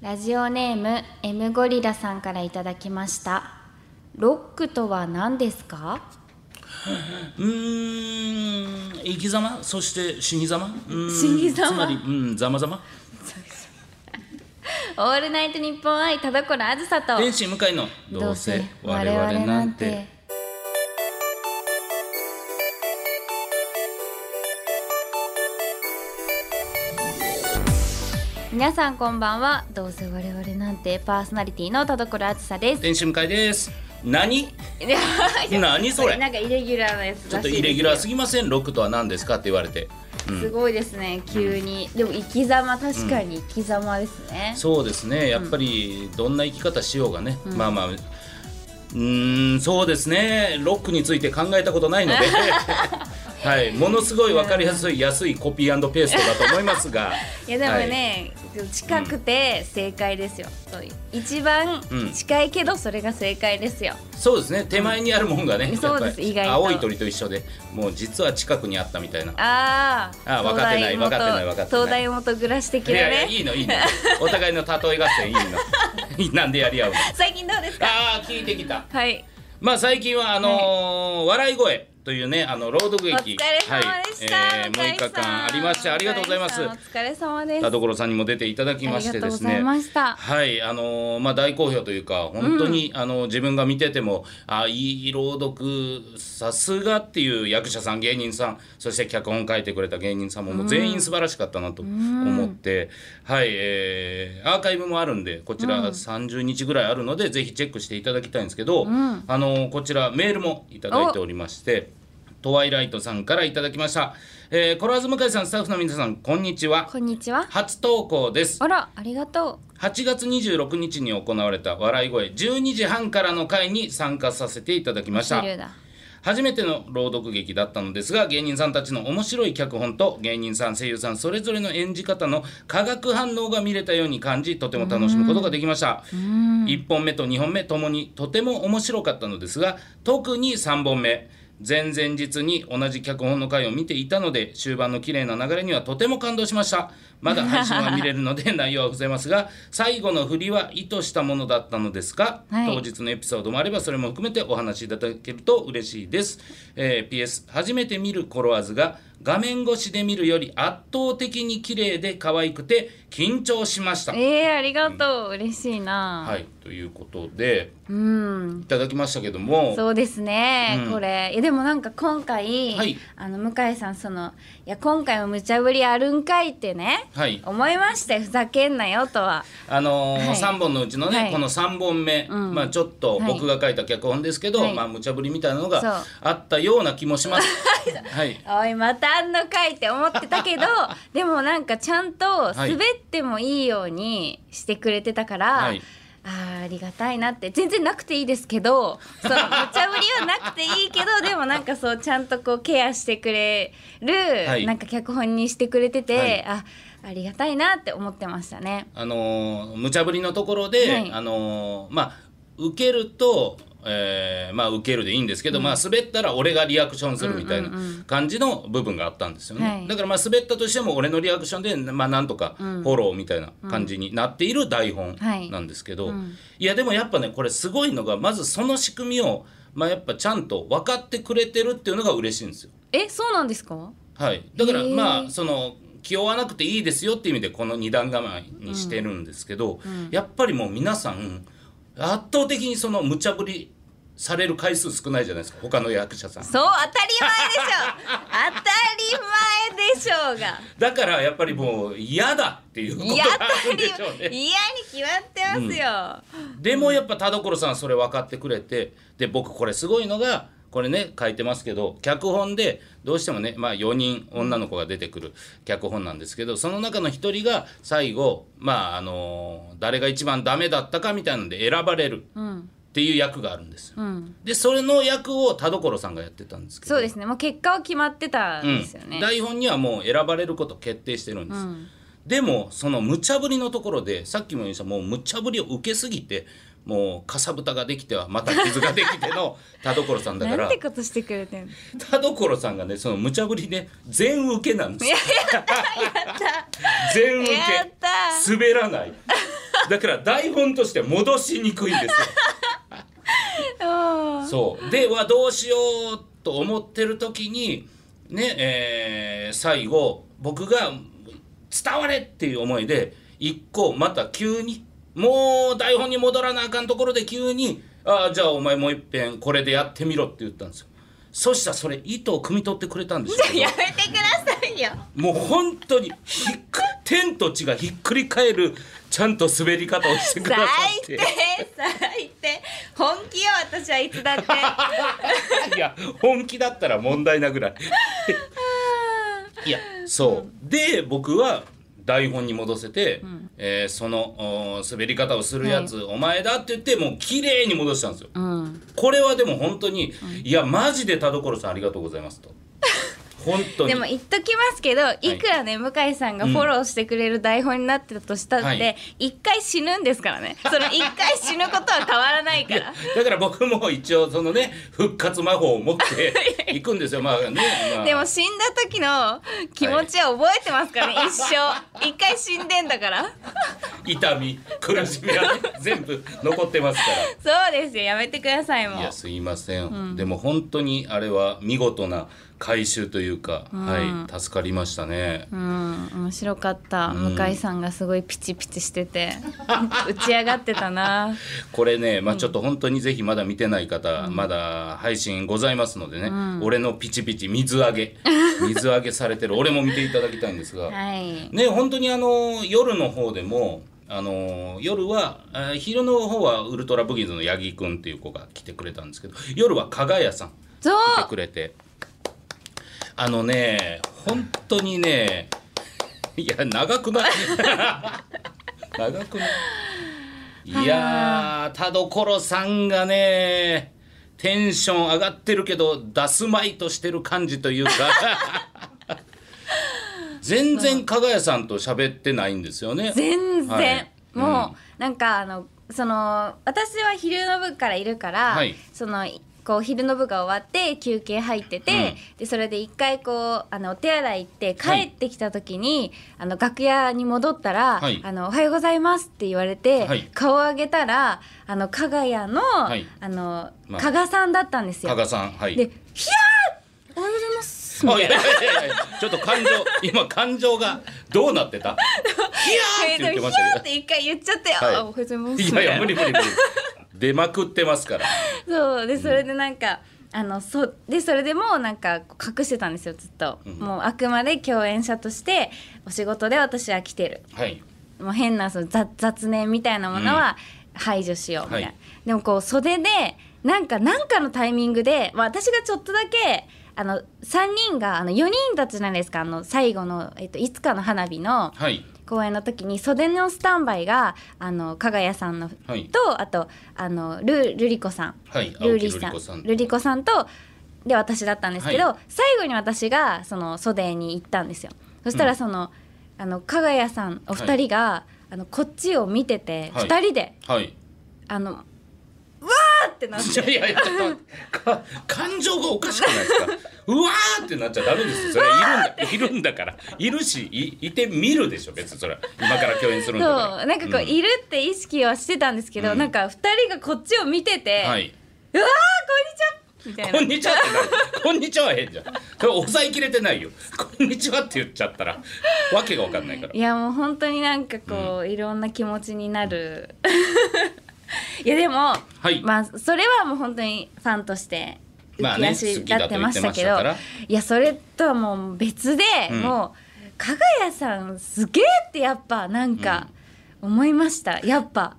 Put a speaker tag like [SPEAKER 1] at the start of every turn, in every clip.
[SPEAKER 1] ラジオネーム M ゴリラさんからいただきましたロックとは何ですか
[SPEAKER 2] うーん生き様そして死に様うーん
[SPEAKER 1] 死に様
[SPEAKER 2] つまりうんざまざま
[SPEAKER 1] オールナイトニッポン愛田所あずさと
[SPEAKER 2] 天使向かいのどうせ我々なんて
[SPEAKER 1] 皆さんこんばんはどうせ我々なんてパーソナリティの田所あずさです
[SPEAKER 2] 天使向かいです何
[SPEAKER 1] いやいや
[SPEAKER 2] 何それ
[SPEAKER 1] こ なんかイレギュラーなやつ
[SPEAKER 2] ちょ
[SPEAKER 1] らし
[SPEAKER 2] っと
[SPEAKER 1] いですよ
[SPEAKER 2] イレギュラーすぎませんロックとは何ですかって言われて
[SPEAKER 1] すごいですね急に、でも生き様確かに生き様ですね、
[SPEAKER 2] そうですねやっぱりどんな生き方しようがね、まあまあうーんそうですねロックについて考えたことな いのではいものすごい分かりやすい安いコピーペーストだと思いますが
[SPEAKER 1] いやでもね、近くて正解ですよ、そういう一番
[SPEAKER 2] うん
[SPEAKER 1] 近いけどそれが正解ですよ、
[SPEAKER 2] そうですね手前にあるもんがね、
[SPEAKER 1] うん
[SPEAKER 2] やっぱり
[SPEAKER 1] そうです意外と
[SPEAKER 2] 青い鳥と一緒でもう実は近くにあったみたいな
[SPEAKER 1] あー
[SPEAKER 2] あー分かってない
[SPEAKER 1] 東大元
[SPEAKER 2] 分かってない分かってない
[SPEAKER 1] 東大元暮らし的
[SPEAKER 2] い
[SPEAKER 1] なね
[SPEAKER 2] やいやいいのいいのお互いの例え合戦いいの なんでやり合うの
[SPEAKER 1] 最近どうですか
[SPEAKER 2] ああ聞いてきた
[SPEAKER 1] はい
[SPEAKER 2] まあ最近はあのー笑い声というねあの朗読劇
[SPEAKER 1] お疲れ様でした、
[SPEAKER 2] はいえー、
[SPEAKER 1] 向井
[SPEAKER 2] 6日
[SPEAKER 1] さん
[SPEAKER 2] 間ありましてありがとうございます
[SPEAKER 1] 向井さんお疲れ様です
[SPEAKER 2] 田所さんにも出ていただきまして
[SPEAKER 1] ありが
[SPEAKER 2] ですね
[SPEAKER 1] とうございました
[SPEAKER 2] はいあのーまあ大好評というか本当に、あの自分が見ててもあいい朗読さすがっていう役者さん芸人さんそして脚本書いてくれた芸人さんももう全員素晴らしかったなと思って、はい、えーアーカイブもあるんでこちら30日ぐらいあるので、ぜひチェックしていただきたいんですけど、あのーこちらメールもいただいておりまして。トワイライトさんからいただきました。えー、コロワーズ向井さん、スタッフの皆さん、こんにちは。
[SPEAKER 1] こんにちは
[SPEAKER 2] 初投稿です
[SPEAKER 1] あらありがと
[SPEAKER 2] 8月26日に行われた笑い声12時半からの会に参加させていただきま
[SPEAKER 1] う
[SPEAKER 2] した
[SPEAKER 1] 昼だ
[SPEAKER 2] 初めての朗読劇だったのですが芸人さんたちの面白い脚本と芸人さん声優さんそれぞれの演じ方の化学反応が見れたように感じとても楽しむことができました1本目と2本目ともにとても面白かったのですが特に3本目前々日に同じ脚本の回を見ていたので終盤の綺麗な流れにはとても感動しましたまだ配信は見れるので内容は伏せますが最後の振りは意図したものだったのですが、
[SPEAKER 1] はい
[SPEAKER 2] 当日のエピソードもあればそれも含めてお話しいただけると嬉しいです、えー PS 初めて見るコロワーズが画面越しで見るより圧倒的に綺麗で可愛くて緊張しました
[SPEAKER 1] えー、ありがとう、嬉しいな、
[SPEAKER 2] はいということで
[SPEAKER 1] うん
[SPEAKER 2] いただきましたけども
[SPEAKER 1] そうですね、
[SPEAKER 2] うん
[SPEAKER 1] これいやでもなんか今回、
[SPEAKER 2] はい
[SPEAKER 1] あの向井さんそのいや今回も無茶ぶりあるんかいってね、
[SPEAKER 2] はい
[SPEAKER 1] 思いましてふざけんなよとは
[SPEAKER 2] あのー
[SPEAKER 1] はい
[SPEAKER 2] 3本のうちのね、
[SPEAKER 1] はい
[SPEAKER 2] この3本目、
[SPEAKER 1] うん
[SPEAKER 2] まあ、ちょっと僕が書いた脚本ですけど、
[SPEAKER 1] はい
[SPEAKER 2] まあ無茶ぶりみたいなの
[SPEAKER 1] そう
[SPEAKER 2] があったような気もします。 はい、
[SPEAKER 1] おいまたあんのかいって思ってた けどでもなんかちゃんと
[SPEAKER 2] はい
[SPEAKER 1] 滑ってもいいようにしてくれてたから、
[SPEAKER 2] はい
[SPEAKER 1] あーありがたいなって全然なくていいですけどその無茶ぶりはなくていい けどでもなんかそうちゃんとこうケアしてくれる、
[SPEAKER 2] はい
[SPEAKER 1] なんか脚本にしてくれてて、
[SPEAKER 2] はい
[SPEAKER 1] あありがたいなって思ってましたね。
[SPEAKER 2] あのー無茶ぶりのところで、
[SPEAKER 1] はい
[SPEAKER 2] あのーまあ受けると、えーまあ受けるでいいんですけど、まあ滑ったら俺がリアクションするみたいな感じの部分があったんですよね、
[SPEAKER 1] はい
[SPEAKER 2] だからまあ滑ったとしても俺のリアクションでまあなんとかフォローみたいな感じになっている台本
[SPEAKER 1] はい
[SPEAKER 2] なんですけど、いやでもやっぱねこれすごいのがまずその仕組みをまあやっぱちゃんと分かってくれてるっていうのが嬉しいんですよ。
[SPEAKER 1] えそうなんですか
[SPEAKER 2] はい、だから
[SPEAKER 1] へー
[SPEAKER 2] まあその気負わなくていいですよっていう意味でこの二段構えにしてるんですけど、やっぱりもう皆さん圧倒的にその無茶ぶりされる回数少ないじゃないですか他の役者さん。
[SPEAKER 1] そう当たり前でしょ当たり前でしょうが。
[SPEAKER 2] だからやっぱりもう嫌だっていう こ
[SPEAKER 1] い
[SPEAKER 2] とが
[SPEAKER 1] や
[SPEAKER 2] あるんでしょ
[SPEAKER 1] 当
[SPEAKER 2] う
[SPEAKER 1] たり前
[SPEAKER 2] ね。
[SPEAKER 1] 嫌に決まってますよ。
[SPEAKER 2] でもやっぱ田所さんはそれ分かってくれてで僕これすごいのがこれね書いてますけど脚本でどうしてもね、まあ、4人女の子が出てくる脚本なんですけどその中の1人が最後まああの誰が一番ダメだったかみたいなので選ばれるっていう役があるんですよ。でそれの役を田所さんがやってたんですけど
[SPEAKER 1] そうですね。もう結果は決まってたんですよね。
[SPEAKER 2] 台本にはもう選ばれること決定してるんです、でもその無茶ぶりのところでさっきも言いましたもう無茶ぶりを受けすぎてもうかさぶたができてはまた傷ができて の田所さんだか
[SPEAKER 1] なん
[SPEAKER 2] ら
[SPEAKER 1] てことしてくれてんの。
[SPEAKER 2] 田所さんがねその無茶ぶりね全受けなんですよ全受け
[SPEAKER 1] やった
[SPEAKER 2] 滑らないだから台本として戻しにくいんですよ
[SPEAKER 1] あ
[SPEAKER 2] そうではどうしようと思ってる時にねえー最後僕が伝われっていう思いで一個また急にもう台本に戻らなあかんところで急に「ああじゃあお前もういっぺんこれでやってみろ」って言ったんですよ。そしたらそれ意図を汲み取ってくれたんですよ
[SPEAKER 1] ーやめてくださいよ
[SPEAKER 2] もう本当にひっく天と地がひっくり返るちゃんと滑り方をしてくださっ
[SPEAKER 1] 最低
[SPEAKER 2] て
[SPEAKER 1] 最低本気よ私はいつだってあ
[SPEAKER 2] いや本気だったら問題なぐらい いやそうで僕は台本に戻せて、えーそのお滑り方をするやつ、お前だって言ってもう綺麗に戻したんですよ
[SPEAKER 1] ー うん
[SPEAKER 2] これはでも本当に、いやマジで田所さんありがとうございま すと本当に
[SPEAKER 1] でも言っときますけどいくらね向井さんがフォローしてくれる台本になってたとした
[SPEAKER 2] は
[SPEAKER 1] って
[SPEAKER 2] い
[SPEAKER 1] 一、回死ぬんですからねその一回死ぬことは変わらない から
[SPEAKER 2] だから僕も一応そのね復活魔法を 持って行くんですよまあね、まあ、
[SPEAKER 1] でも死んだ時の気持ちは覚えてますから ね、一生一回死んでんだから
[SPEAKER 2] 痛み苦しみがね全部残ってますから
[SPEAKER 1] そうですよやめてくださいもう
[SPEAKER 2] いやすいません、でも本当にあれは見事な回収というか、はい助かりましたね、
[SPEAKER 1] うん面白かった、
[SPEAKER 2] うん
[SPEAKER 1] 向井さんがすごいピチピチして て打ち上がってたな
[SPEAKER 2] これねまあちょっと本当にぜひまだ見てない方、まだ配信ございますのでね、俺のピチピチ水揚 げ水揚げされてる俺も見ていただきたいんですが、
[SPEAKER 1] はい
[SPEAKER 2] ね本当にあの夜の方でもあの夜はあー昼の方はウルトラブギーズの八木くんっていう子が来てくれたんですけど夜は加賀屋さん
[SPEAKER 1] そう
[SPEAKER 2] 来てくれてあのね本当にねいや長くない 長くないいやー田所さんがねテンション上がってるけど出すまいとしてる感じと いうか全然加賀谷さんと喋ってないんですよね
[SPEAKER 1] 全然、
[SPEAKER 2] はいうん
[SPEAKER 1] もう、なんかあのその私は昼の部からいるから、
[SPEAKER 2] はい
[SPEAKER 1] そのこう昼の部が終わって休憩入ってて、でそれで一回こうあのお手洗い行って
[SPEAKER 2] は
[SPEAKER 1] 帰
[SPEAKER 2] い
[SPEAKER 1] ってきた時に、あの楽屋に戻ったら「
[SPEAKER 2] はい
[SPEAKER 1] あのおはようございます」って言われて、
[SPEAKER 2] はい
[SPEAKER 1] 顔を上げたらあの加賀屋の,、
[SPEAKER 2] い
[SPEAKER 1] あの
[SPEAKER 2] まあ
[SPEAKER 1] 加賀さんだったんですよ。
[SPEAKER 2] 加賀さんはい
[SPEAKER 1] で「ひゃーおはようございます」み
[SPEAKER 2] あ
[SPEAKER 1] た
[SPEAKER 2] い
[SPEAKER 1] い
[SPEAKER 2] や。
[SPEAKER 1] ない
[SPEAKER 2] やいやいやちょっと感情今感情がどうな ってた
[SPEAKER 1] え
[SPEAKER 2] って言って
[SPEAKER 1] でも「
[SPEAKER 2] まし
[SPEAKER 1] ひ
[SPEAKER 2] たけど
[SPEAKER 1] ゃーって一回言っちゃって「
[SPEAKER 2] はい
[SPEAKER 1] あおはようございます」
[SPEAKER 2] い
[SPEAKER 1] みた
[SPEAKER 2] や
[SPEAKER 1] い
[SPEAKER 2] い
[SPEAKER 1] な
[SPEAKER 2] や無理無理無理出まくってますから
[SPEAKER 1] そうでそれでなんか、あのそでそれでもうなんか隠してたんですよずっと、
[SPEAKER 2] ん
[SPEAKER 1] もうあくまで共演者としてお仕事で私は来てる
[SPEAKER 2] はい
[SPEAKER 1] もう変なその雑雑念みたいなものは排除しようみたいな、
[SPEAKER 2] はい
[SPEAKER 1] でもこう袖でなんかなんかのタイミングで、まあ、私がちょっとだけあの3人があの4人たちじゃないですかあの最後の、えっと、いつかの花火の
[SPEAKER 2] はい
[SPEAKER 1] 公演の時に袖のスタンバイがあの加賀谷さんの、
[SPEAKER 2] はい
[SPEAKER 1] とあとあのルルリコさん
[SPEAKER 2] はい
[SPEAKER 1] ルー
[SPEAKER 2] 青
[SPEAKER 1] リ
[SPEAKER 2] 木
[SPEAKER 1] ーさん
[SPEAKER 2] 瑠璃子さん
[SPEAKER 1] ルリコさんとで私だったんですけど、
[SPEAKER 2] は
[SPEAKER 1] 最後に私がその袖に行ったんですよそしたらその,、あの加賀谷さんお二人が、あのこっちを見てて
[SPEAKER 2] はい
[SPEAKER 1] 二、人で
[SPEAKER 2] はい
[SPEAKER 1] あのうわーってなって
[SPEAKER 2] いやいやいやちょっとか感情がおかしくないですかうわーってなっちゃダメですよそれはいるんだいるんだからいるしいいて見るでしょ別にそれは今から共演する
[SPEAKER 1] そ
[SPEAKER 2] ん
[SPEAKER 1] う
[SPEAKER 2] だから
[SPEAKER 1] なんかこう、
[SPEAKER 2] うん
[SPEAKER 1] いるって意識はしてたんですけど、
[SPEAKER 2] うん
[SPEAKER 1] なんか二人がこっちを見てて、
[SPEAKER 2] はい、
[SPEAKER 1] うわーこんにちはみた
[SPEAKER 2] こ
[SPEAKER 1] い
[SPEAKER 2] ん
[SPEAKER 1] な
[SPEAKER 2] にちはってないこんにちはは変じゃんそれ抑えきれてないよこんにちはって言っちゃったらわけがわかんないから
[SPEAKER 1] いやもう本当になんかこう、いろんな気持ちになる いやでも
[SPEAKER 2] はい、
[SPEAKER 1] まあそれはもう本当にファンとして
[SPEAKER 2] まあね
[SPEAKER 1] 浮き足立ってましたけど、
[SPEAKER 2] 好きだと言ってましたから
[SPEAKER 1] いやそれとはもう別で、
[SPEAKER 2] うん
[SPEAKER 1] もう加賀谷さんすげえってやっぱなんか思いました、やっぱ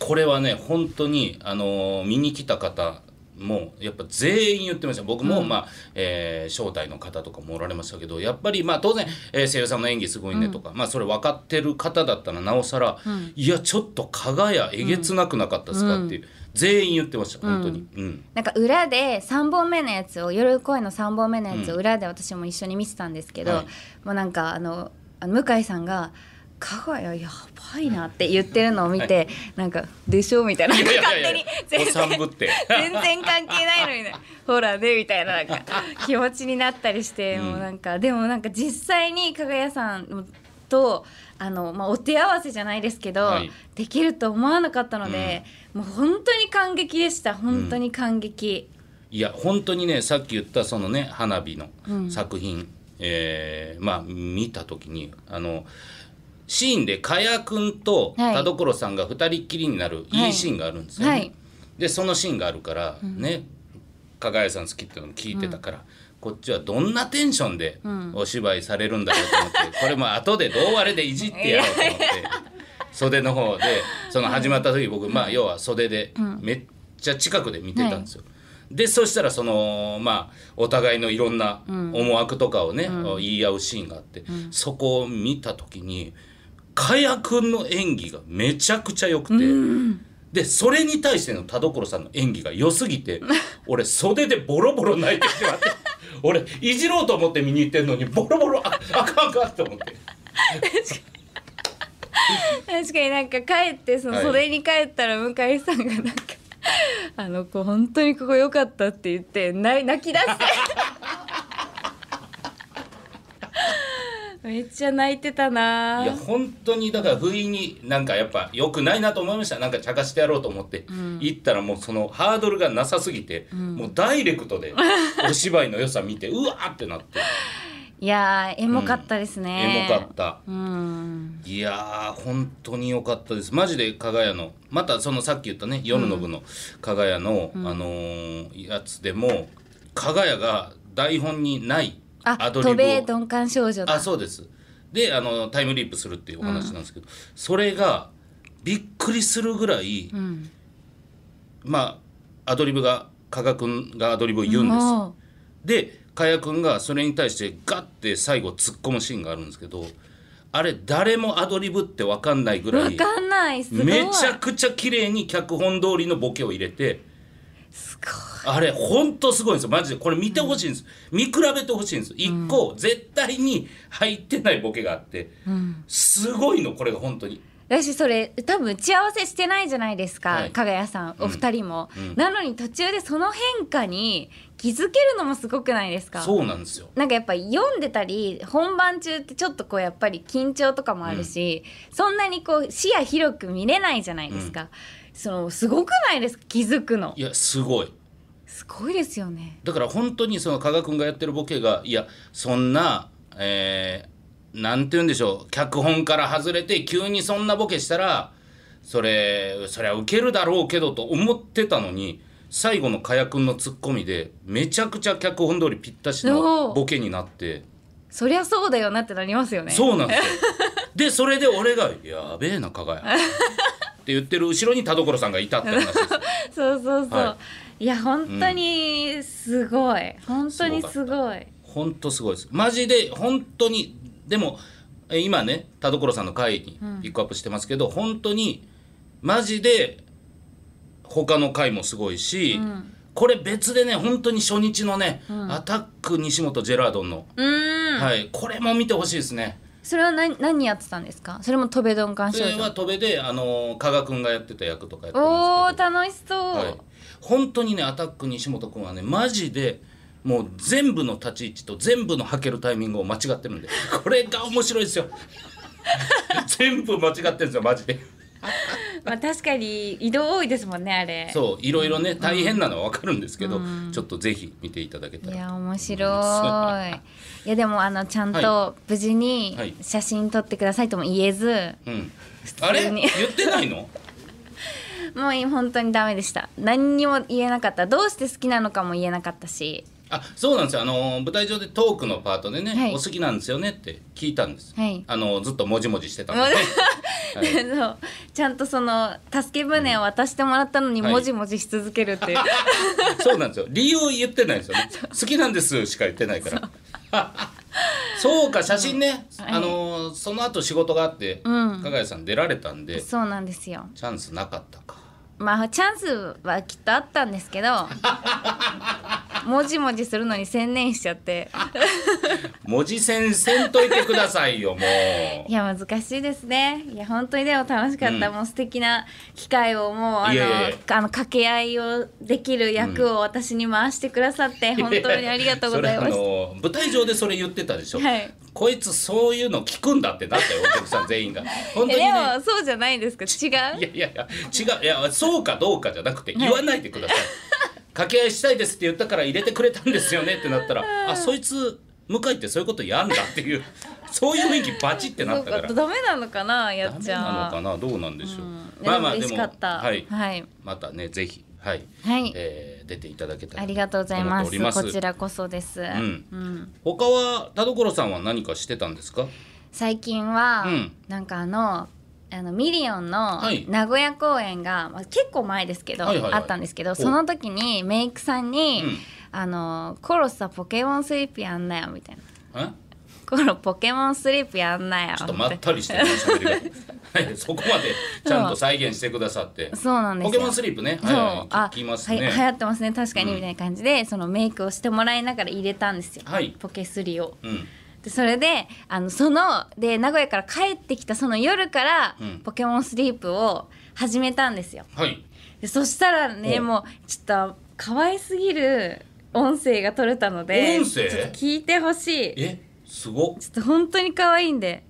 [SPEAKER 2] これはね本当にあのー見に来た方もやっぱ全員言ってました僕も、まあえー招待の方とかもおられましたけどやっぱりまあ当然、えー声優さんの演技すごいねとか、まあそれ分かってる方だったらなおさら、いやちょっと加賀やえげつなくなかったですかっていう、全員言ってました本当に、うん
[SPEAKER 1] なんか裏で3本目のやつを夜公演の3本目のやつを裏で私も一緒に見てたんですけど、
[SPEAKER 2] はい
[SPEAKER 1] もうなんかあのあの向井さんが「加賀谷やばいな」って言ってるのを見て、なんか「でしょ」みたいな勝手に全
[SPEAKER 2] お
[SPEAKER 1] 然
[SPEAKER 2] 産ぶって
[SPEAKER 1] 全然関係ないのにねほらねみたいななんか気持ちになったりして、もうなんかでもなんか実際に加賀谷さんとあの、まあ、お手合わせじゃないですけど、
[SPEAKER 2] はい
[SPEAKER 1] できると思わなかったので、もう本当に感激でした本当に感激、
[SPEAKER 2] いや本当にねさっき言ったそのね花火の作品、えーまあ見た時にあのシーンで加谷君と
[SPEAKER 1] はい
[SPEAKER 2] 田所さんが2人っきりになる
[SPEAKER 1] はいい
[SPEAKER 2] いシーンがあるんですよね。
[SPEAKER 1] はい
[SPEAKER 2] でそのシーンがあるからね、加賀谷さん好きっていうのも聞いてたから。こっちはどんなテンションでお芝居されるんだろうと思って、これも後でどうあれでいじってやろうと思って袖の方でその始まった時僕、まあ要は袖でめっちゃ近くで見てたんですよ。でそしたらそのまあお互いのいろんな思惑とかをね、言い合うシーンがあって、そこを見た時に加谷君の演技がめちゃくちゃ良くて、でそれに対しての田所さんの演技が良すぎ て俺袖でボロボロ泣いてしまって俺いじろうと思って見に行ってんのにボロボロああかんあかんと思って。
[SPEAKER 1] 確かになんか帰ってその
[SPEAKER 2] はい
[SPEAKER 1] 袖に帰ったら向井さんがなんか、 あのこう本当にここ良かったって言って泣泣き出して めっちゃ泣いてたない
[SPEAKER 2] や本当にだから不意になんかやっぱ良くないなと思いましたなんか茶化してやろうと思って、行ったらもうそのハードルがなさすぎて、もうダイレクト でお芝居の良さ見てうわーってなって
[SPEAKER 1] いやーエモかったですね
[SPEAKER 2] エ、モかった
[SPEAKER 1] うん
[SPEAKER 2] いやー本当に良かったですマジで加賀屋のまたそのさっき言ったね夜の部の加賀屋の、あのーやつでも加賀屋が台本にない
[SPEAKER 1] あ
[SPEAKER 2] アド
[SPEAKER 1] 渡
[SPEAKER 2] リブ
[SPEAKER 1] 米
[SPEAKER 2] を
[SPEAKER 1] 鈍感少女だ
[SPEAKER 2] あそうですであのタイムリープするっていうお話なんですけど、それがびっくりするぐらい、
[SPEAKER 1] ん
[SPEAKER 2] まあアドリブが加賀君がアドリブを言うんです、
[SPEAKER 1] も
[SPEAKER 2] で加谷君がそれに対してガッて最後突っ込むシーンがあるんですけどあれ誰もアドリブって分かんないぐ
[SPEAKER 1] う
[SPEAKER 2] ら
[SPEAKER 1] 分
[SPEAKER 2] い
[SPEAKER 1] かんないすごい
[SPEAKER 2] めちゃくちゃ綺麗に脚本通りのボケを入れて
[SPEAKER 1] すごい
[SPEAKER 2] あれほんとすごいんですよマジでこれ見てほしいんです、見比べてほしいんです一個、絶対に入ってないボケがあって、すごいのこれが本当に
[SPEAKER 1] 私それ多分打ち合わせしてないじゃないですか、
[SPEAKER 2] はい
[SPEAKER 1] 加賀谷さんお二人も、なのに途中でその変化に気づけるのもすごくないですか
[SPEAKER 2] そうなんですよ
[SPEAKER 1] なんかやっぱ読んでたり本番中ってちょっとこうやっぱり緊張とかもあるし、そんなにこう視野広く見れないじゃないですか、そのすごくないですか気づくの
[SPEAKER 2] いやすごい
[SPEAKER 1] すごいですよね
[SPEAKER 2] だから本当にその加賀君がやってるボケがいやそんな、えーなんて言うんでしょう脚本から外れて急にそんなボケしたらそれそりゃウケるだろうけどと思ってたのに最後の加谷君のツッコミでめちゃくちゃ脚本通りぴったし
[SPEAKER 1] おー
[SPEAKER 2] のボケになって
[SPEAKER 1] そりゃそうだよなってなりますよね
[SPEAKER 2] そうなんですよでそれで俺が「やべえな加賀谷」って言ってる後ろに田所さんがいたって話ですよ
[SPEAKER 1] そうそうそう、、
[SPEAKER 2] はい
[SPEAKER 1] や本当にすごい、本当にす
[SPEAKER 2] す
[SPEAKER 1] ごい
[SPEAKER 2] ほんとすごいですマジで本当にでもえ今ね田所さんの会にピックアップしてますけど、本当にマジで他の回もすごいし、これ別でね本当に初日のね、アタック西本ジェラードンの、
[SPEAKER 1] うーん
[SPEAKER 2] はい、これも見てほしいですね。
[SPEAKER 1] それは何何やってたんですかそれも飛べ鈍感
[SPEAKER 2] そ
[SPEAKER 1] 少
[SPEAKER 2] れは
[SPEAKER 1] 女
[SPEAKER 2] 戸部であの加賀君がやってた役とかやってるんですけど
[SPEAKER 1] おー楽しそう、
[SPEAKER 2] はい、本当にねアタック西本君はねマジでもう全部の立ち位置と全部の履けるタイミングを間違っ てるんでこれが面白いですよ全部間違ってるんですよマジで
[SPEAKER 1] まあ確かに移動多いですもんねあれ
[SPEAKER 2] そういろいろね大変なのは分かるんですけど、ちょっとぜひ見ていただけた
[SPEAKER 1] い
[SPEAKER 2] ら
[SPEAKER 1] や面 白いいやでもあのちゃんと無事に
[SPEAKER 2] はい
[SPEAKER 1] 写真撮ってくださいとも言えず、
[SPEAKER 2] うんあれ
[SPEAKER 1] 普通に
[SPEAKER 2] 言ってない の
[SPEAKER 1] もう本当にダメでした何にも言えなかったどうして好きなのかも言えなかったし
[SPEAKER 2] あそうなんですよあの舞台上でトークのパートでね、
[SPEAKER 1] はい
[SPEAKER 2] お好きなんですよねって聞いたんです、
[SPEAKER 1] はい
[SPEAKER 2] あのずっともじもじしてた んで、ね、はい
[SPEAKER 1] そうちゃんとその助け舟を渡してもらったのに
[SPEAKER 2] はい
[SPEAKER 1] もじもじし続けるっていう、
[SPEAKER 2] そうなんですよ。理由を言ってないんですよね。好きなんですしか言ってないから。そうか写真ね、
[SPEAKER 1] はい
[SPEAKER 2] あのーその後仕事があって、
[SPEAKER 1] うん
[SPEAKER 2] 加賀谷さん出られたんで
[SPEAKER 1] そうなんですよ
[SPEAKER 2] チャンスなかったか
[SPEAKER 1] まあチャンスはきっとあったんですけどもじもじするのに専念しちゃって
[SPEAKER 2] 文字戦せんといてくださいよもう
[SPEAKER 1] いや難しいですねいや本当にでも楽しかった、
[SPEAKER 2] うん
[SPEAKER 1] もう素敵な機会をもうあの
[SPEAKER 2] いやいやいや
[SPEAKER 1] あの掛け合いをできる役を私に回してくださって、本当にありがとうございます
[SPEAKER 2] それあの舞台上でそれ言ってたでしょ、
[SPEAKER 1] はい
[SPEAKER 2] こいつそういうの聞くんだってなったよお客さん全員が本当
[SPEAKER 1] えで
[SPEAKER 2] にね
[SPEAKER 1] もそうじゃないですか違う
[SPEAKER 2] いやいやいや違ういやそうかどうかじゃなくて言わないでください掛け合いしたいですって言ったから入れてくれたんですよねってなったらあそいつ向井ってそういうことやんだっていうそういう雰囲気バチってな
[SPEAKER 1] そ
[SPEAKER 2] っ
[SPEAKER 1] う
[SPEAKER 2] たから
[SPEAKER 1] かダメなのかなや
[SPEAKER 2] ダ
[SPEAKER 1] っ
[SPEAKER 2] メ
[SPEAKER 1] ちゃん
[SPEAKER 2] なのかなどうなんでしょう、
[SPEAKER 1] うん
[SPEAKER 2] まあまあ
[SPEAKER 1] でも嬉しかった
[SPEAKER 2] はい
[SPEAKER 1] はい
[SPEAKER 2] またねぜひはい、
[SPEAKER 1] はい
[SPEAKER 2] えー出ていただけたら
[SPEAKER 1] ありがとうございま
[SPEAKER 2] と
[SPEAKER 1] す
[SPEAKER 2] 思っており
[SPEAKER 1] こちらこそです、
[SPEAKER 2] ん
[SPEAKER 1] うん
[SPEAKER 2] 他は田所さんは何かしてたんですか
[SPEAKER 1] 最近は、
[SPEAKER 2] うん
[SPEAKER 1] なんかあのあのミリオンの
[SPEAKER 2] はい
[SPEAKER 1] 名古屋公演が、まあ、結構前ですけど、
[SPEAKER 2] はいはいはい
[SPEAKER 1] あったんですけど
[SPEAKER 2] う
[SPEAKER 1] その時にメイクさんに「
[SPEAKER 2] うん
[SPEAKER 1] あのコロさポケモンスリープやんなよ」みたいな
[SPEAKER 2] え
[SPEAKER 1] 「コロポケモンスリープやんなよ」
[SPEAKER 2] ちょっとまったりしてる 喋りがはいそこまでちゃんと再現してくださって
[SPEAKER 1] そうなんです
[SPEAKER 2] ポ
[SPEAKER 1] よ
[SPEAKER 2] ケモンスリープね
[SPEAKER 1] そ
[SPEAKER 2] は
[SPEAKER 1] う
[SPEAKER 2] い、はい、
[SPEAKER 1] あ
[SPEAKER 2] 聞きますね、
[SPEAKER 1] はい、流行ってますね確かに
[SPEAKER 2] うん
[SPEAKER 1] みたいな感じで、そのメイクをしてもらいながら入れたんですよ、
[SPEAKER 2] はい
[SPEAKER 1] ポケスリを。
[SPEAKER 2] うん
[SPEAKER 1] でそれであのそので名古屋から帰ってきたその夜から、
[SPEAKER 2] うん
[SPEAKER 1] ポケモンスリープを始めたんですよ。
[SPEAKER 2] はい
[SPEAKER 1] でそしたらね
[SPEAKER 2] お
[SPEAKER 1] もうちょっと可愛すぎる音声が取れたので
[SPEAKER 2] 音声
[SPEAKER 1] ちょっと聞いてほしい
[SPEAKER 2] えすごっ
[SPEAKER 1] ちょっと本当に可愛いんで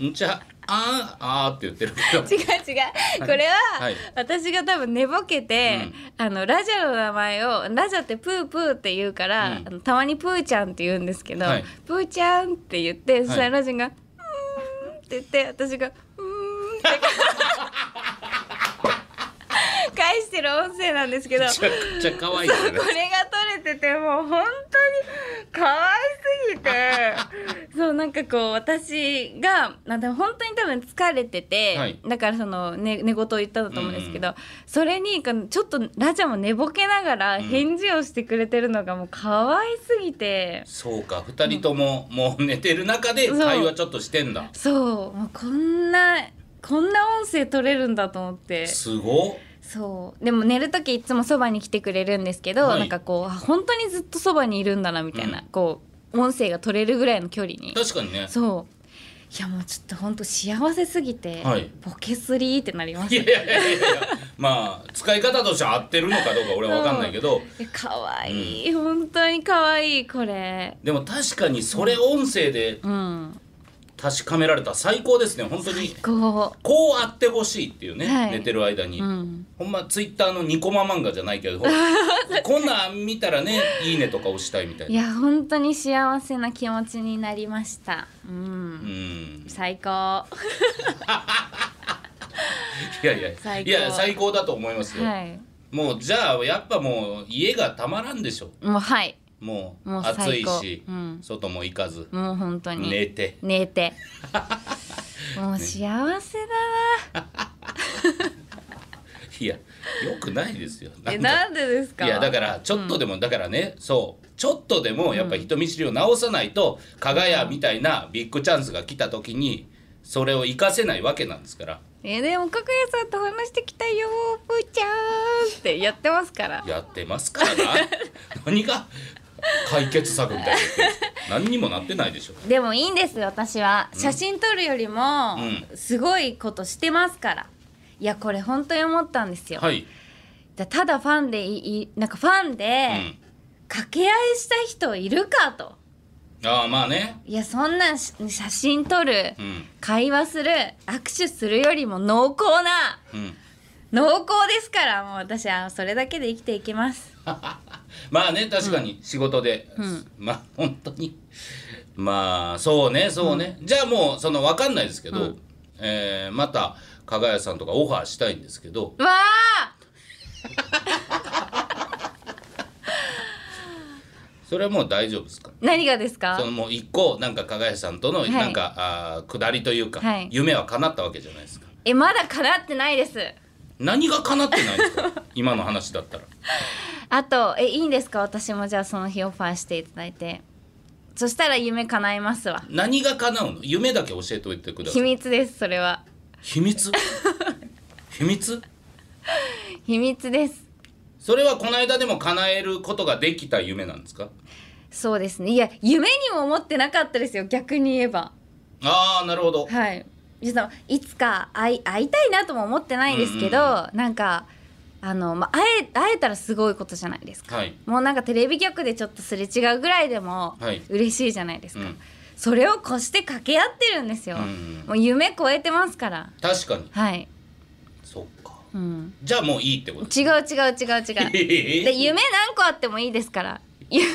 [SPEAKER 2] えんちゃあーあーって言ってるけど
[SPEAKER 1] 違う違うこれは、
[SPEAKER 2] はい
[SPEAKER 1] 私が多分寝ぼけて、あのラジャの名前をラジャってプープーって言うから、
[SPEAKER 2] うん
[SPEAKER 1] あのたまにプーちゃんって言うんですけど、
[SPEAKER 2] はい
[SPEAKER 1] プーちゃんって言ってそしたらラジャが「うーん」って言って私が「うーん」って返してる音声なんですけど。
[SPEAKER 2] めちゃくちゃ可愛いです
[SPEAKER 1] そう
[SPEAKER 2] ね
[SPEAKER 1] これが取れててもう本当に可愛すぎてそうなんかこう私がなんか本当に多分疲れてて、
[SPEAKER 2] はい
[SPEAKER 1] だからその、ね、寝言を言ったんだと思うんですけど、それにこのちょっとラジャも寝ぼけながら返事をしてくれてるのがもう可愛すぎて。
[SPEAKER 2] そうか二人とももう寝てる中で
[SPEAKER 1] そう
[SPEAKER 2] 会話ちょっとしてんだ
[SPEAKER 1] そうもうこんなこんな音声取れるんだと思って
[SPEAKER 2] すごっ
[SPEAKER 1] そうでも寝る時いつもそばに来てくれるんですけど、
[SPEAKER 2] はい
[SPEAKER 1] なんかこうあ本当にずっとそばにいるんだなみたいな、
[SPEAKER 2] うん
[SPEAKER 1] こう音声が取れるぐらいの距離に
[SPEAKER 2] 確かにね
[SPEAKER 1] そういやもうちょっと本当幸せすぎて、
[SPEAKER 2] はい
[SPEAKER 1] ボケスリーってなりま
[SPEAKER 2] い
[SPEAKER 1] し
[SPEAKER 2] や
[SPEAKER 1] た
[SPEAKER 2] いやいやいやまあ使い方として合ってるのかどうか俺は分かんないけど
[SPEAKER 1] いや可愛い、本当に可愛いこれ
[SPEAKER 2] でも確かにそれ音声で
[SPEAKER 1] うん
[SPEAKER 2] 確かめられた最高ですね本当に
[SPEAKER 1] こ
[SPEAKER 2] こうあってほしいっていうね、
[SPEAKER 1] はい
[SPEAKER 2] 寝てる間に、
[SPEAKER 1] ううん
[SPEAKER 2] ほんまツイッターのニコマ漫画じゃないけ どこんなん見たらねいいねとか押したいみたい
[SPEAKER 1] い
[SPEAKER 2] な
[SPEAKER 1] や本当に幸せな気持ちになりましたうん
[SPEAKER 2] うん
[SPEAKER 1] 最高
[SPEAKER 2] いやいや
[SPEAKER 1] 最
[SPEAKER 2] い
[SPEAKER 1] 高
[SPEAKER 2] や最高だと思いますよ、
[SPEAKER 1] はい
[SPEAKER 2] もうじゃあやっぱもう家がたまらんでしょ
[SPEAKER 1] もうはい
[SPEAKER 2] もう
[SPEAKER 1] もう
[SPEAKER 2] 暑
[SPEAKER 1] 最
[SPEAKER 2] い
[SPEAKER 1] 高
[SPEAKER 2] し、
[SPEAKER 1] うん
[SPEAKER 2] 外も行かず
[SPEAKER 1] もう本当に
[SPEAKER 2] 寝て
[SPEAKER 1] 寝 てもう幸せだな、
[SPEAKER 2] いやよくないですよ
[SPEAKER 1] えなんでですか
[SPEAKER 2] いやだからちょっとでも、だからねそうちょっとでもやっぱ人見知りを直さないと加賀屋みたいなビッグチャンスが来た時にそれを活かせないわけなんですから
[SPEAKER 1] えでもかくやさんと話してきたいよぷーちゃんってやってますから
[SPEAKER 2] やってますから な何が解決策みたいな何にもなってないでしょ
[SPEAKER 1] でもいいんです私は写真撮るよりも
[SPEAKER 2] う
[SPEAKER 1] すごいことしてますからいやこれ本当に思ったんですよ、
[SPEAKER 2] はい、
[SPEAKER 1] だただファンでいいなんかファンで
[SPEAKER 2] うん、
[SPEAKER 1] 掛け合いした人いるかと
[SPEAKER 2] ああまあね
[SPEAKER 1] いやそんなんし写真撮る、
[SPEAKER 2] うん
[SPEAKER 1] 会話する握手するよりも濃厚な
[SPEAKER 2] うん
[SPEAKER 1] 濃厚ですからもう私はそれだけで生きていきます
[SPEAKER 2] まあね確かに仕事で、まあ本当にまあそうねそうね、じゃあもうその分かんないですけど、えーまた加賀屋さんとかオファーしたいんですけど
[SPEAKER 1] わあ
[SPEAKER 2] それはもう大丈夫ですか
[SPEAKER 1] 何がです
[SPEAKER 2] そ
[SPEAKER 1] か
[SPEAKER 2] のもう一個なんか加賀屋さんとの
[SPEAKER 1] い
[SPEAKER 2] なんか、あー下りというか、
[SPEAKER 1] はい
[SPEAKER 2] 夢は叶ったわけじゃないですか
[SPEAKER 1] えまだ叶ってないです
[SPEAKER 2] 何が叶ってないんですか 今の話だったら
[SPEAKER 1] あとえいいんですか私もじゃあその日オファーしていただいてそしたら夢叶えますわ
[SPEAKER 2] 何が叶うの夢だけ教えておいてくださ
[SPEAKER 1] 秘
[SPEAKER 2] い
[SPEAKER 1] 密ですそれは
[SPEAKER 2] 秘密秘密
[SPEAKER 1] 秘密です
[SPEAKER 2] それはこの間でも叶えることができた夢なんですか
[SPEAKER 1] そうですねいや夢にも思ってなかったですよ逆に言えば
[SPEAKER 2] ああなるほど、
[SPEAKER 1] はい実はいつか会い会いたいなとも思ってないですけど、
[SPEAKER 2] うん
[SPEAKER 1] なんかあの、まあ、会え会えたらすごいことじゃないですか、
[SPEAKER 2] はい
[SPEAKER 1] もうなんかテレビ局でちょっとすれ違うぐらいでも
[SPEAKER 2] はい
[SPEAKER 1] 嬉しいじゃないですか、
[SPEAKER 2] うん
[SPEAKER 1] それを越して掛け合ってるんですよ、
[SPEAKER 2] うん
[SPEAKER 1] もう夢超えてますから
[SPEAKER 2] 確かに
[SPEAKER 1] はい、
[SPEAKER 2] そっか
[SPEAKER 1] うん、
[SPEAKER 2] じゃあもういいってこと
[SPEAKER 1] 違う違う 違う違うで夢何個あってもいいですから 夢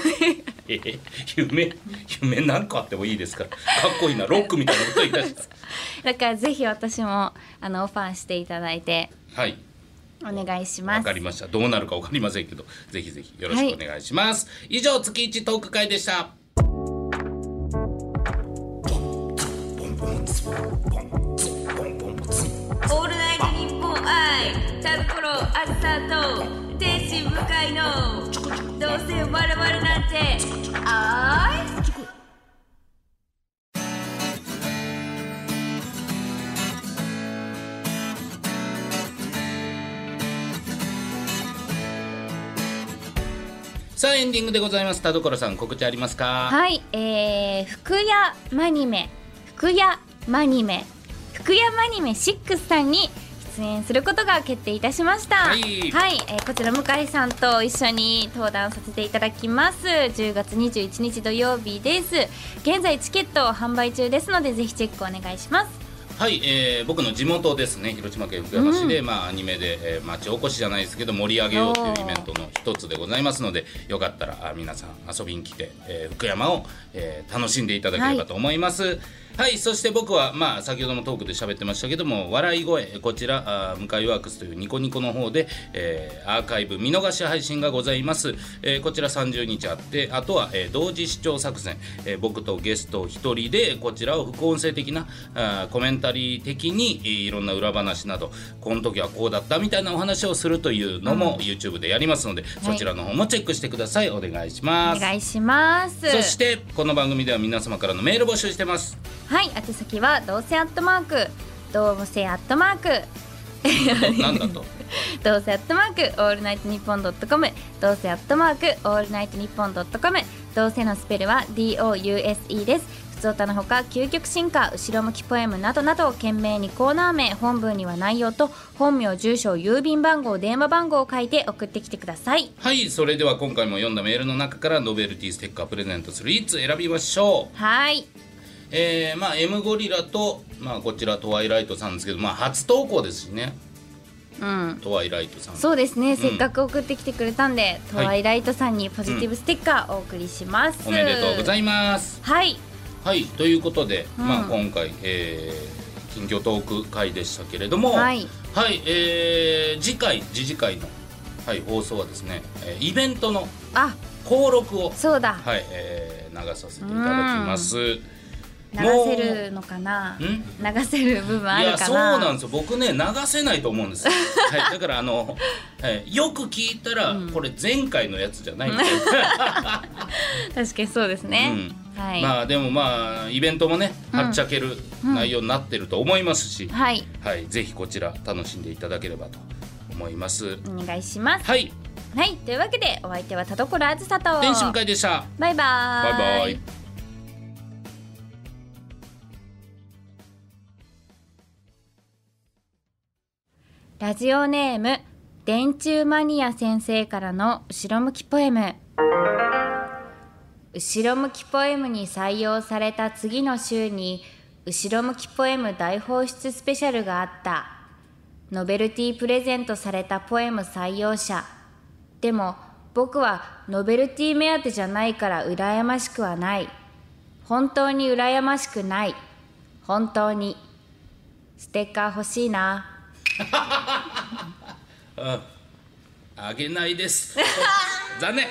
[SPEAKER 2] ええ 夢夢なんかあってもいいですからかっこいいなロックみたいなこと言い出 した
[SPEAKER 1] だからぜひ私もあのオファーしていただいて
[SPEAKER 2] はい
[SPEAKER 1] お願いしま
[SPEAKER 2] わ
[SPEAKER 1] す
[SPEAKER 2] かりましたどうなるかわかりませんけどぜひぜひよろしくお願いします、以上月一トーク会でした
[SPEAKER 1] オールナイトニッポン愛タルコロアスターと天使向かいのどうせ我々なんて愛
[SPEAKER 2] さあエンディングでございます田所さん告知ありますか
[SPEAKER 1] はいえー、福屋マニメ福屋マニメ福屋マニメ6さんに出演することが決定いたしました
[SPEAKER 2] はい
[SPEAKER 1] えーこちら向井さんと一緒に登壇させていただきます10月21日土曜日です現在チケット販売中ですのでぜひチェックお願いします
[SPEAKER 2] はい、えー僕の地元ですね広島県福山市で、まあ、アニメで、えー町おこしじゃないですけど盛り上げようというイベントの一つでございますのでよかったらあ皆さん遊びに来て、えー福山を、えー楽しんでいただければと思います。はいそして僕は、まあ、先ほどもトークで喋ってましたけども「笑い声」こちらあー向井ワークスというニコニコの方で、えーアーカイブ見逃し配信がございます、えーこちら30日あってあとは、えー同時視聴作戦、えー僕とゲスト一人でこちらを副音声的なあーコメンタリー的にえーいろんな裏話などこの時はこうだったみたいなお話をするというのも YouTube でやりますので、そちらの方もチェックしてくださいお願いしま
[SPEAKER 1] お
[SPEAKER 2] す。
[SPEAKER 1] 願いします
[SPEAKER 2] そしてこの番組では皆様からのメール募集して ます。
[SPEAKER 1] はい宛先はどうせアットマークどうせアットマーク
[SPEAKER 2] なんだと。
[SPEAKER 1] どうせアットマークオールナイトニッポンドットコムどうせアットマークオールナイトニッポンドットコムどうせのスペルは DOUSE です普通歌のほか究極進化後ろ向きポエムなどなど懸命にコーナー名本文には内容と本名住所郵便番号電話番号を書いて送ってきてください
[SPEAKER 2] はい、それでは今回も読んだメールの中からノベルティステッカープレゼントする1つ選びましょう。
[SPEAKER 1] はい
[SPEAKER 2] えー、まあ M ゴリラとまあこちらトワイライトさんですけど、まあ初投稿ですしね。
[SPEAKER 1] うん
[SPEAKER 2] トワイライトさん。
[SPEAKER 1] そうですね、せっかく送ってきてくれたんでトワイライトさんにポジティブステッカーお送りします、
[SPEAKER 2] おめでとうござ
[SPEAKER 1] い
[SPEAKER 2] います。
[SPEAKER 1] ますはい
[SPEAKER 2] はい、ということで、
[SPEAKER 1] うん
[SPEAKER 2] まあ今回、えー、近況トーク会でしたけれども、
[SPEAKER 1] はい、
[SPEAKER 2] はいえー次回次次回のはい放送はですね、えーイベントの
[SPEAKER 1] あ
[SPEAKER 2] 登録を
[SPEAKER 1] そうだ
[SPEAKER 2] はい、えー、流させていただきます。
[SPEAKER 1] 流せるのかな
[SPEAKER 2] もううん
[SPEAKER 1] 流せる部分あ
[SPEAKER 2] い
[SPEAKER 1] る
[SPEAKER 2] や
[SPEAKER 1] かな
[SPEAKER 2] そうなんですよ僕ね流せないと思うんです、 はい、だからあの、はい、よく聞いたら、これ前回のやつじゃないみたいな、
[SPEAKER 1] 確かにそうですね、 はい、
[SPEAKER 2] まあでもまあイベントもね
[SPEAKER 1] うん
[SPEAKER 2] はっちゃける内容になってると思いますし、
[SPEAKER 1] はい
[SPEAKER 2] はい、ぜひこちら楽しんでいただければと思います。
[SPEAKER 1] お願いします
[SPEAKER 2] はい、
[SPEAKER 1] はいというわけでお相手は田所あずさと
[SPEAKER 2] 電子会でした。
[SPEAKER 1] バイバ
[SPEAKER 2] バイ
[SPEAKER 1] ー
[SPEAKER 2] バイ。
[SPEAKER 1] ラジオネーム電柱マニア先生からの後ろ向きポエム後ろ向きポエムに採用された次の週に後ろ向きポエム大放出スペシャルがあったノベルティプレゼントされたポエム採用者でも僕はノベルティ目当てじゃないから羨ましくはない本当に羨ましくない本当にステッカー欲しいな
[SPEAKER 2] あげないです。残念。